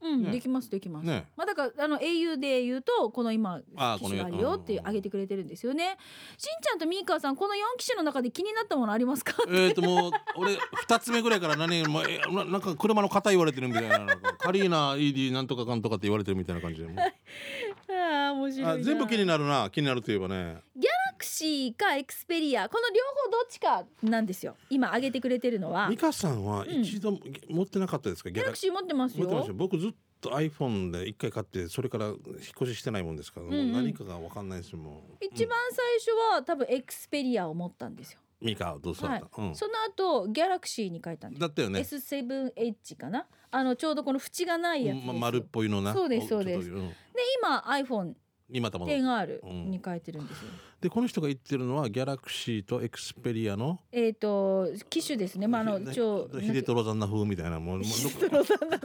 [SPEAKER 1] うん、
[SPEAKER 2] ね
[SPEAKER 1] できますできます。
[SPEAKER 2] ね
[SPEAKER 1] まあ、だからあの au で言うとこの今
[SPEAKER 2] あー
[SPEAKER 1] 機種
[SPEAKER 2] こ
[SPEAKER 1] が
[SPEAKER 2] の
[SPEAKER 1] あ
[SPEAKER 2] や
[SPEAKER 1] るよっていう
[SPEAKER 2] うん
[SPEAKER 1] 上げてくれてるんですよね。しんちゃんとみーかーさんこの4機種の中で気になったものありますか？
[SPEAKER 2] えっと もう俺二つ目ぐらいから何もうえななんか車の型言われてるみたいななんかカリーナ ED なんとかかんとかって言われてるみたいな感じでもう
[SPEAKER 1] ああ面白いな。
[SPEAKER 2] あ全部気に
[SPEAKER 1] ギャ
[SPEAKER 2] なるな気になるといえばね
[SPEAKER 1] ラクシーかエクスペリアこの両方どっちかなんですよ。今上げてくれてるのは。
[SPEAKER 2] 美
[SPEAKER 1] ギ
[SPEAKER 2] 香さんは一度も持ってなかったですかギ
[SPEAKER 1] ャ
[SPEAKER 2] ャ
[SPEAKER 1] ラ
[SPEAKER 2] ラ
[SPEAKER 1] クシー持ってます
[SPEAKER 2] 持ってま
[SPEAKER 1] よ
[SPEAKER 2] した。僕ずっと iPhone で一回買ってそれから引っ越ししてないもんですから、もう
[SPEAKER 1] うんうん
[SPEAKER 2] 何かが分かんないですよもう
[SPEAKER 1] 一番最初は多分エクスペリアを持ったんですよ。
[SPEAKER 2] ミカはどうさ
[SPEAKER 1] は
[SPEAKER 2] れ
[SPEAKER 1] い
[SPEAKER 2] た、。うん
[SPEAKER 1] その後ギャラクシーに変えたんです。
[SPEAKER 2] だったよね、
[SPEAKER 1] S7H かな。あのちょうどこの縁がないやつですよ。
[SPEAKER 2] ま、丸っぽいのな
[SPEAKER 1] そうですそうです
[SPEAKER 2] ちょっとん
[SPEAKER 1] で今 iPhone
[SPEAKER 2] 今たもの
[SPEAKER 1] 10R
[SPEAKER 2] うん
[SPEAKER 1] に変えてるんですよ。
[SPEAKER 2] でこの人が言ってるのはギャラクシーとエクスペリアの
[SPEAKER 1] えっ、と機種ですね。まああの
[SPEAKER 2] ひ
[SPEAKER 1] 一応
[SPEAKER 2] ひでとろざんな風みたいなもうもう
[SPEAKER 1] ヒデトロさんだ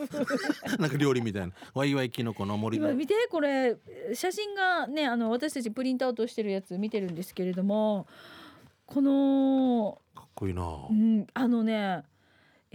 [SPEAKER 2] なんか料理みたいなワイワイキノコの森の
[SPEAKER 1] 今見てこれ写真がねあの私たちプリントアウトしてるやつ見てるんですけれどもこの、
[SPEAKER 2] かっこいいな
[SPEAKER 1] うん、あのね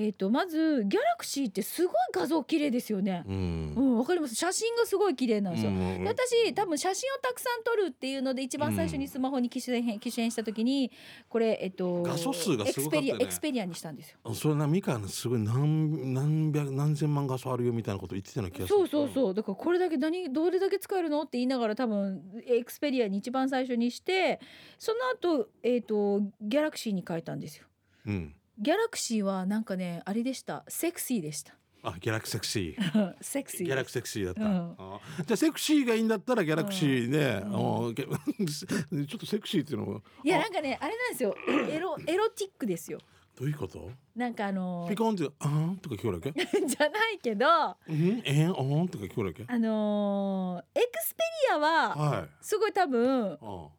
[SPEAKER 1] えっ、とまずギャラクシーってすごい画像綺麗ですよね。
[SPEAKER 2] うん
[SPEAKER 1] う、んわかります写真がすごい綺麗なんですよ。
[SPEAKER 2] うん
[SPEAKER 1] で私多分写真をたくさん撮るっていうので一番最初にスマホに機種変機種変した時にこれえっと
[SPEAKER 2] 画素数がすごかったよね
[SPEAKER 1] エクスペリアエクスペリアにしたんですよ。
[SPEAKER 2] それなミカのすごい何何百何千万画素あるよみたいなこと言ってたような気がする
[SPEAKER 1] そうそうそうだからこれだけ何どれだけ使えるのって言いながら多分エクスペリアに一番最初にしてその後えっ、とギャラクシーに変えたんですよ
[SPEAKER 2] うん、うん
[SPEAKER 1] ギャラクシーはなんかねあれでしたセクシーでした
[SPEAKER 2] あギャラクセクシー
[SPEAKER 1] セクシ
[SPEAKER 2] ギ
[SPEAKER 1] ー
[SPEAKER 2] ャラクセクシーだった、
[SPEAKER 1] うん
[SPEAKER 2] あじゃあセクシーがいいんだったらギャラクシーで、
[SPEAKER 1] うん
[SPEAKER 2] あギャ ちょっとセクシーっていうのも
[SPEAKER 1] いやなんかねあれなんですよエロエロティックですよ
[SPEAKER 2] どういうこと
[SPEAKER 1] なんかあの
[SPEAKER 2] ピコンって「あーん」とか聞こえるわけ
[SPEAKER 1] じゃないけどあ
[SPEAKER 2] 「うんえーんあーん」とか聞こえるわけ
[SPEAKER 1] のエクスペリアは
[SPEAKER 2] はい
[SPEAKER 1] すごい多分
[SPEAKER 2] あ
[SPEAKER 1] あの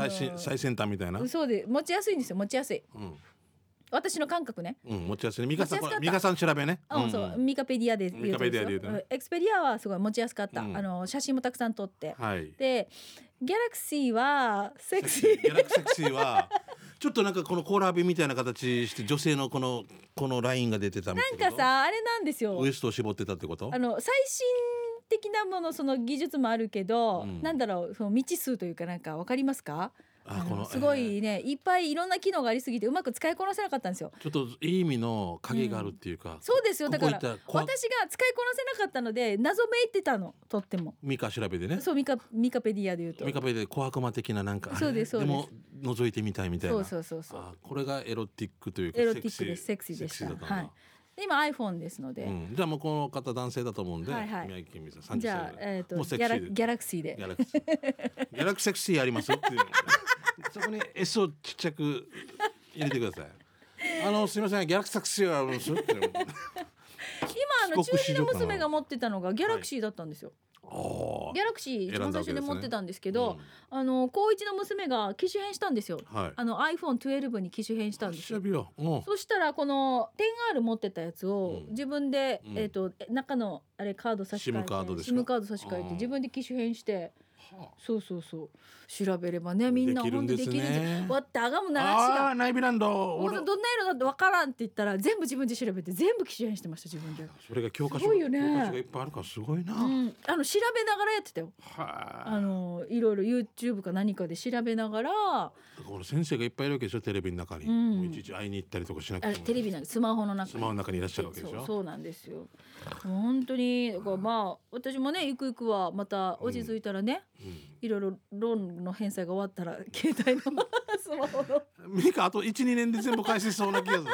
[SPEAKER 2] 最新、最先端みたいな、うん
[SPEAKER 1] そうで持ちやすいんですよ持ちやすい
[SPEAKER 2] うん、
[SPEAKER 1] 私の感覚ね
[SPEAKER 2] 持ちやすいねミカさん
[SPEAKER 1] 持ちやすかった
[SPEAKER 2] ミカさん調べね
[SPEAKER 1] うん、そうミカペディアで言うとですよ
[SPEAKER 2] ミカペディアで言うとね
[SPEAKER 1] うんエクスペリアはすごい持ちやすかった、
[SPEAKER 2] うん
[SPEAKER 1] あの写真もたくさん撮って
[SPEAKER 2] はい
[SPEAKER 1] でギャラクシーはセクシ
[SPEAKER 2] ギ
[SPEAKER 1] ー
[SPEAKER 2] ャラクセクシーは ちょっとなんかこのコーラビみたいな形して女性のこのこのラインが出てたみたい
[SPEAKER 1] なんかさあれなんですよ
[SPEAKER 2] ウエストを絞ってたってこと
[SPEAKER 1] あの最新的なものその技術もあるけど、
[SPEAKER 2] うん
[SPEAKER 1] なんだろうその未知数というかなんかわかりますか
[SPEAKER 2] あ
[SPEAKER 1] あのすご
[SPEAKER 2] えー
[SPEAKER 1] いね、いっぱいいろんな機能がありすぎてうまく使いこなせなかったんですよ
[SPEAKER 2] ちょっといい意味の影があるっていうか、
[SPEAKER 1] そうですよだ
[SPEAKER 2] こ
[SPEAKER 1] か
[SPEAKER 2] こ行
[SPEAKER 1] ら
[SPEAKER 2] ったらこわ
[SPEAKER 1] 私が使いこなせなかったので謎めいてたのとっても
[SPEAKER 2] ミカ調べでね
[SPEAKER 1] そうミカミカペディアで言うと
[SPEAKER 2] ミカペで小悪魔的ななんか
[SPEAKER 1] そうですそうです
[SPEAKER 2] も覗いてみたいみたいな
[SPEAKER 1] そうそうそうそう
[SPEAKER 2] あこれがエロティックというか
[SPEAKER 1] エロティックですセクシーでした
[SPEAKER 2] セクシだったん
[SPEAKER 1] は
[SPEAKER 2] だ
[SPEAKER 1] い今 iPhone ですですので、
[SPEAKER 2] うん、じゃあもうこの方男性だと思うんで、
[SPEAKER 1] はいはい
[SPEAKER 2] 宮城県民さん30歳
[SPEAKER 1] じゃあ、えー、と
[SPEAKER 2] もう
[SPEAKER 1] ギ
[SPEAKER 2] セク
[SPEAKER 1] ャ
[SPEAKER 2] シ
[SPEAKER 1] ラ
[SPEAKER 2] ーで
[SPEAKER 1] ギャラクシーで
[SPEAKER 2] ギャラクシー ギャラクシーセクシーありますよっていう そこに S をちっちゃく入れてくださいあのすみませんギャラクシーセクシーはありますよっ ていう
[SPEAKER 1] 今あの
[SPEAKER 2] 帰
[SPEAKER 1] 中
[SPEAKER 2] 国
[SPEAKER 1] 二
[SPEAKER 2] 子
[SPEAKER 1] の
[SPEAKER 2] 女かな
[SPEAKER 1] 娘が持ってたのがギャラクシーだったんですよ、
[SPEAKER 2] あ
[SPEAKER 1] ギャラクシー一
[SPEAKER 2] 選
[SPEAKER 1] 番
[SPEAKER 2] ん
[SPEAKER 1] 最
[SPEAKER 2] だわ
[SPEAKER 1] 初
[SPEAKER 2] けで
[SPEAKER 1] です
[SPEAKER 2] ね
[SPEAKER 1] 持ってたんですけ
[SPEAKER 2] け
[SPEAKER 1] ど、あの高一の娘が機種変したんですよ
[SPEAKER 2] はい
[SPEAKER 1] あの iPhone12 に機種変したんです
[SPEAKER 2] 調
[SPEAKER 1] よ
[SPEAKER 2] べよううん
[SPEAKER 1] そしたらこの 10R 持ってたやつを
[SPEAKER 2] うん
[SPEAKER 1] 自分で、
[SPEAKER 2] うん
[SPEAKER 1] えっ、とえ中のあれカード差し替え
[SPEAKER 2] SIM カードで
[SPEAKER 1] て
[SPEAKER 2] すか
[SPEAKER 1] SIM カード差し替え
[SPEAKER 2] あ
[SPEAKER 1] て
[SPEAKER 2] ー
[SPEAKER 1] 自分で機種変して
[SPEAKER 2] は
[SPEAKER 1] そうそうそう調べればねみんな
[SPEAKER 2] できる
[SPEAKER 1] 本
[SPEAKER 2] ん
[SPEAKER 1] 当
[SPEAKER 2] で
[SPEAKER 1] ですき
[SPEAKER 2] ね
[SPEAKER 1] るんじゃわってあがむならしが
[SPEAKER 2] あーナイビランド
[SPEAKER 1] お母
[SPEAKER 2] 俺
[SPEAKER 1] さんどんな色だってわからんって言ったら全部自分で調べて全部機種変してました自分で、
[SPEAKER 2] それが教科書
[SPEAKER 1] すごいよね
[SPEAKER 2] 教科書がいっぱいあるからすごいな、
[SPEAKER 1] うん、あの調べながらやってたよあ
[SPEAKER 2] は
[SPEAKER 1] のいろいろ YouTube か何かで調べながらあ
[SPEAKER 2] いこの先生がいっぱいいるわけでしょテレビの中に、
[SPEAKER 1] うん
[SPEAKER 2] もういちいち会いに行ったりとかしなくても
[SPEAKER 1] テレビなんかスマホの中に
[SPEAKER 2] スマホの中にいらっしゃるわけでし
[SPEAKER 1] そう
[SPEAKER 2] ょ
[SPEAKER 1] そうなんですよ本当にだからまあ私もねゆくゆくはまた落ち着いたらね、
[SPEAKER 2] う
[SPEAKER 1] いろいろローンの返済が終わ ったら携帯のスマホの
[SPEAKER 2] んミカあと一二年で全部返せそうな気がする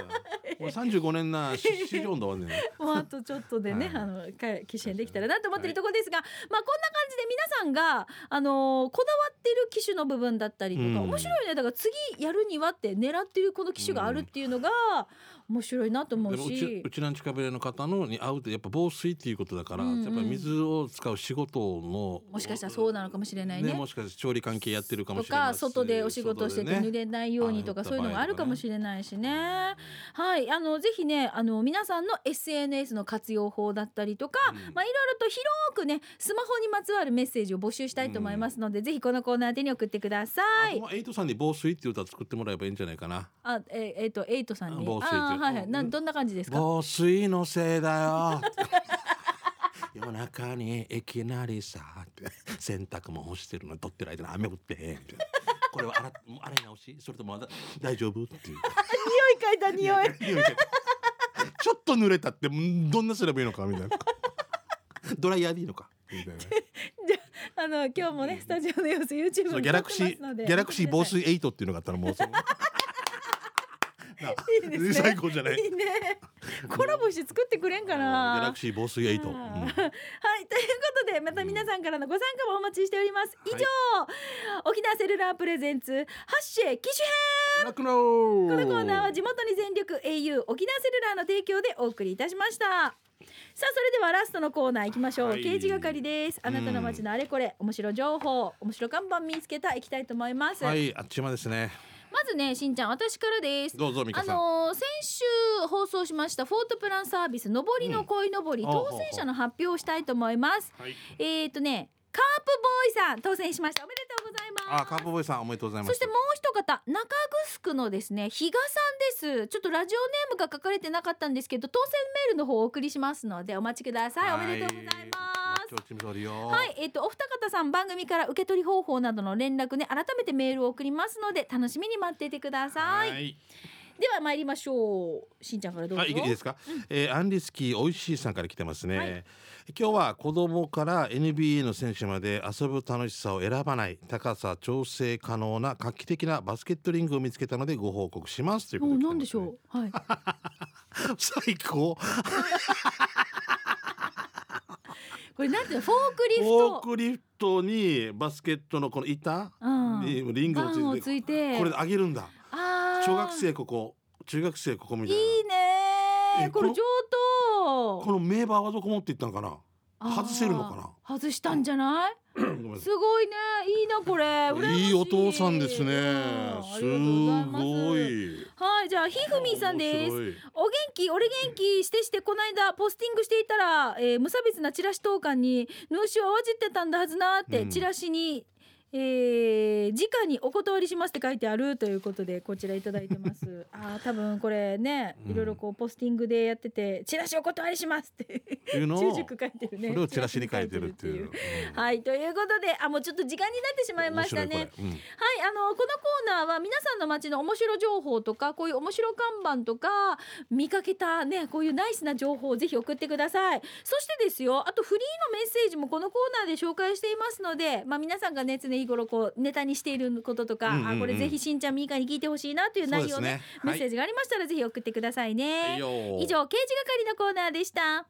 [SPEAKER 2] 俺35年なし市場だわねん
[SPEAKER 1] もうあとちょっとでね、
[SPEAKER 2] はい
[SPEAKER 1] あのか機種変できたらなと思ってるところですが、まあこんな感じで皆さんがあのーこだわってる機種の部分だったりとか、
[SPEAKER 2] うん
[SPEAKER 1] 面白いねだから次やるにはって狙ってるこの機種があるっていうのが面白いなと思
[SPEAKER 2] で
[SPEAKER 1] う
[SPEAKER 2] もうち
[SPEAKER 1] し
[SPEAKER 2] う。ちなんちかべれの方のに会うとやっぱ防水っていうことだから、
[SPEAKER 1] うんうん
[SPEAKER 2] やっぱり水を使う仕事の
[SPEAKER 1] もしかしたらそうなのかもしれないね。
[SPEAKER 2] もしかしたら調理関係やってるかも
[SPEAKER 1] と
[SPEAKER 2] しれない
[SPEAKER 1] か外でお仕事してて濡れないようにとか
[SPEAKER 2] あ
[SPEAKER 1] そういうのがあるかもしれないしね。はい、あのぜひねあの皆さんの SNS の活用法だったりとか、まあいろいろと広くねスマホにまつわるメッセージを募集したいと思いますので、ぜひこのコーナー宛てに送ってください。
[SPEAKER 2] エイトさんに防水っていう歌作ってもらえばいいんじゃないかな
[SPEAKER 1] あええっ、とエイトさんに
[SPEAKER 2] あ防水
[SPEAKER 1] あーはいはいな
[SPEAKER 2] うん
[SPEAKER 1] どんな感じですか。
[SPEAKER 2] 防水のせいだよ 夜中にいきなりさって洗濯も干してるのに取ってる間に雨降ってみたいなこれは洗っもう洗い直しそれともまだ大丈夫っていう
[SPEAKER 1] 匂い嗅いだ匂い。
[SPEAKER 2] 匂い嗅いちょっと濡れたってんどんなすればいいのかみたいなドライヤーでいいのかみたいな
[SPEAKER 1] あの今日もねスタジオの様子 YouTube に
[SPEAKER 2] そ
[SPEAKER 1] 載
[SPEAKER 2] う
[SPEAKER 1] っ
[SPEAKER 2] ギ
[SPEAKER 1] てま
[SPEAKER 2] ャラクシ
[SPEAKER 1] すので
[SPEAKER 2] ーギャラクシー防水エイトっていうのがあったら もうそのなあ
[SPEAKER 1] いいですね
[SPEAKER 2] 最高じゃない
[SPEAKER 1] いいね。コラボして作ってくれんかな。
[SPEAKER 2] ギャラクシー防水エイト、
[SPEAKER 1] う
[SPEAKER 2] うん
[SPEAKER 1] はい、と
[SPEAKER 2] ん
[SPEAKER 1] いうことでまた皆さんからのご参加もお待ちしております。以上、沖縄セルラープレゼンツハッシェ機種編
[SPEAKER 2] 楽なこ
[SPEAKER 1] このコーナーは地元に全力 au 沖縄セルラーの提供でお送りいたしました。さあそれではラストのコーナー行きましょう、
[SPEAKER 2] はい
[SPEAKER 1] 刑事係ですあなたの街のあれこれ、面白情報面白看板見つけた行きたいと思います、
[SPEAKER 2] はいあっちまですね
[SPEAKER 1] まずねしんちゃん私からです
[SPEAKER 2] どうぞ美
[SPEAKER 1] あ
[SPEAKER 2] 香さん、
[SPEAKER 1] のー先週放送しましたフォートプランサービス上りの鯉のぼり、
[SPEAKER 2] うん
[SPEAKER 1] 当選者の発表をしたいと思います
[SPEAKER 2] はい、
[SPEAKER 1] えー、とね、カープボーイさん当選しました。おめでとうございます。
[SPEAKER 2] あカープボーイさんおめでとうございま
[SPEAKER 1] そ
[SPEAKER 2] す
[SPEAKER 1] してもう一方中城のですね比嘉さんですちょっとラジオネームが書かれてなかったんですけど当選メールの方をお送りしますのでお待ちください、おめでとうございます
[SPEAKER 2] は提灯通りよ
[SPEAKER 1] はいえっ、とお二方さん番組から受け取り方法などの連絡ね改めてメールを送りますので楽しみに待っていてください
[SPEAKER 2] はい
[SPEAKER 1] では参りましょうしんちゃんからどうぞ
[SPEAKER 2] あいいですか、えーアンリスキーおいしいさんから来てますね、
[SPEAKER 1] はい
[SPEAKER 2] 今日は子供から NBA の選手まで遊ぶ楽しさを選ばない高さ調整可能な画期的なバスケットリングを見つけたのでご報告しますというこ
[SPEAKER 1] も
[SPEAKER 2] と
[SPEAKER 1] う
[SPEAKER 2] 来て
[SPEAKER 1] 何
[SPEAKER 2] ま
[SPEAKER 1] ですしょうはい
[SPEAKER 2] ね最高
[SPEAKER 1] これなんていうのフォークリ
[SPEAKER 2] フ
[SPEAKER 1] フ
[SPEAKER 2] ォー
[SPEAKER 1] ト
[SPEAKER 2] クリフトにバスケットのこの板、
[SPEAKER 1] うん
[SPEAKER 2] リング
[SPEAKER 1] バン
[SPEAKER 2] を
[SPEAKER 1] を
[SPEAKER 2] つ
[SPEAKER 1] つ
[SPEAKER 2] いて
[SPEAKER 1] いて
[SPEAKER 2] これで上げるんだ
[SPEAKER 1] あー
[SPEAKER 2] 小学生ここ中学生ここみたいない
[SPEAKER 1] いね
[SPEAKER 2] え
[SPEAKER 1] ーこれ上
[SPEAKER 2] こ
[SPEAKER 1] 等
[SPEAKER 2] このメーバーはどこ持って行ったのかな
[SPEAKER 1] あー
[SPEAKER 2] 外せるのか
[SPEAKER 1] 外したんじゃない
[SPEAKER 2] なごめんなさい
[SPEAKER 1] す ごいねいいなこ れ羨まし
[SPEAKER 2] いいお父さんですね
[SPEAKER 1] うんあ。
[SPEAKER 2] す
[SPEAKER 1] りがとうございます
[SPEAKER 2] ごい。
[SPEAKER 1] はいじゃあひふみんさんです
[SPEAKER 2] 面白い。
[SPEAKER 1] お元気俺元気してしてこないだポスティングしていたら、えー無差別なチラシ投函に脳死を泡じってたんだはずなーって、
[SPEAKER 2] うん
[SPEAKER 1] チラシに、えー直にお断りしますって書いてあるということでこちらいただいてます あー多分これね
[SPEAKER 2] うん
[SPEAKER 1] いろいろこうポスティングでやってて、チラシお断りしますって
[SPEAKER 2] っていうの
[SPEAKER 1] 中
[SPEAKER 2] を、
[SPEAKER 1] 熟書いてるね
[SPEAKER 2] それをチラシに書いてるっていう。うん
[SPEAKER 1] はいということであもうちょっと時間になってしまいましたね。
[SPEAKER 2] 面白いこれうん
[SPEAKER 1] はい、あのこのコーナーは皆さんの街の面白情報とかこういう面白看板とか見かけたねこういうナイスな情報をぜひ送ってくださいそしてですよあとフリーのメッセージもこのコーナーで紹介していますので、まあ、皆さんがね常日頃こうネタにしていることとか、
[SPEAKER 2] うんうんうん
[SPEAKER 1] あこれぜひしんちゃんみーかに聞いてほしいなという
[SPEAKER 2] そう
[SPEAKER 1] 内
[SPEAKER 2] で
[SPEAKER 1] 容
[SPEAKER 2] す
[SPEAKER 1] ね
[SPEAKER 2] ね。
[SPEAKER 1] メッセー
[SPEAKER 2] ジ。
[SPEAKER 1] ジがありましたらぜひ送ってくださいね、
[SPEAKER 2] はいよ
[SPEAKER 1] 以上刑事係のコーナーでした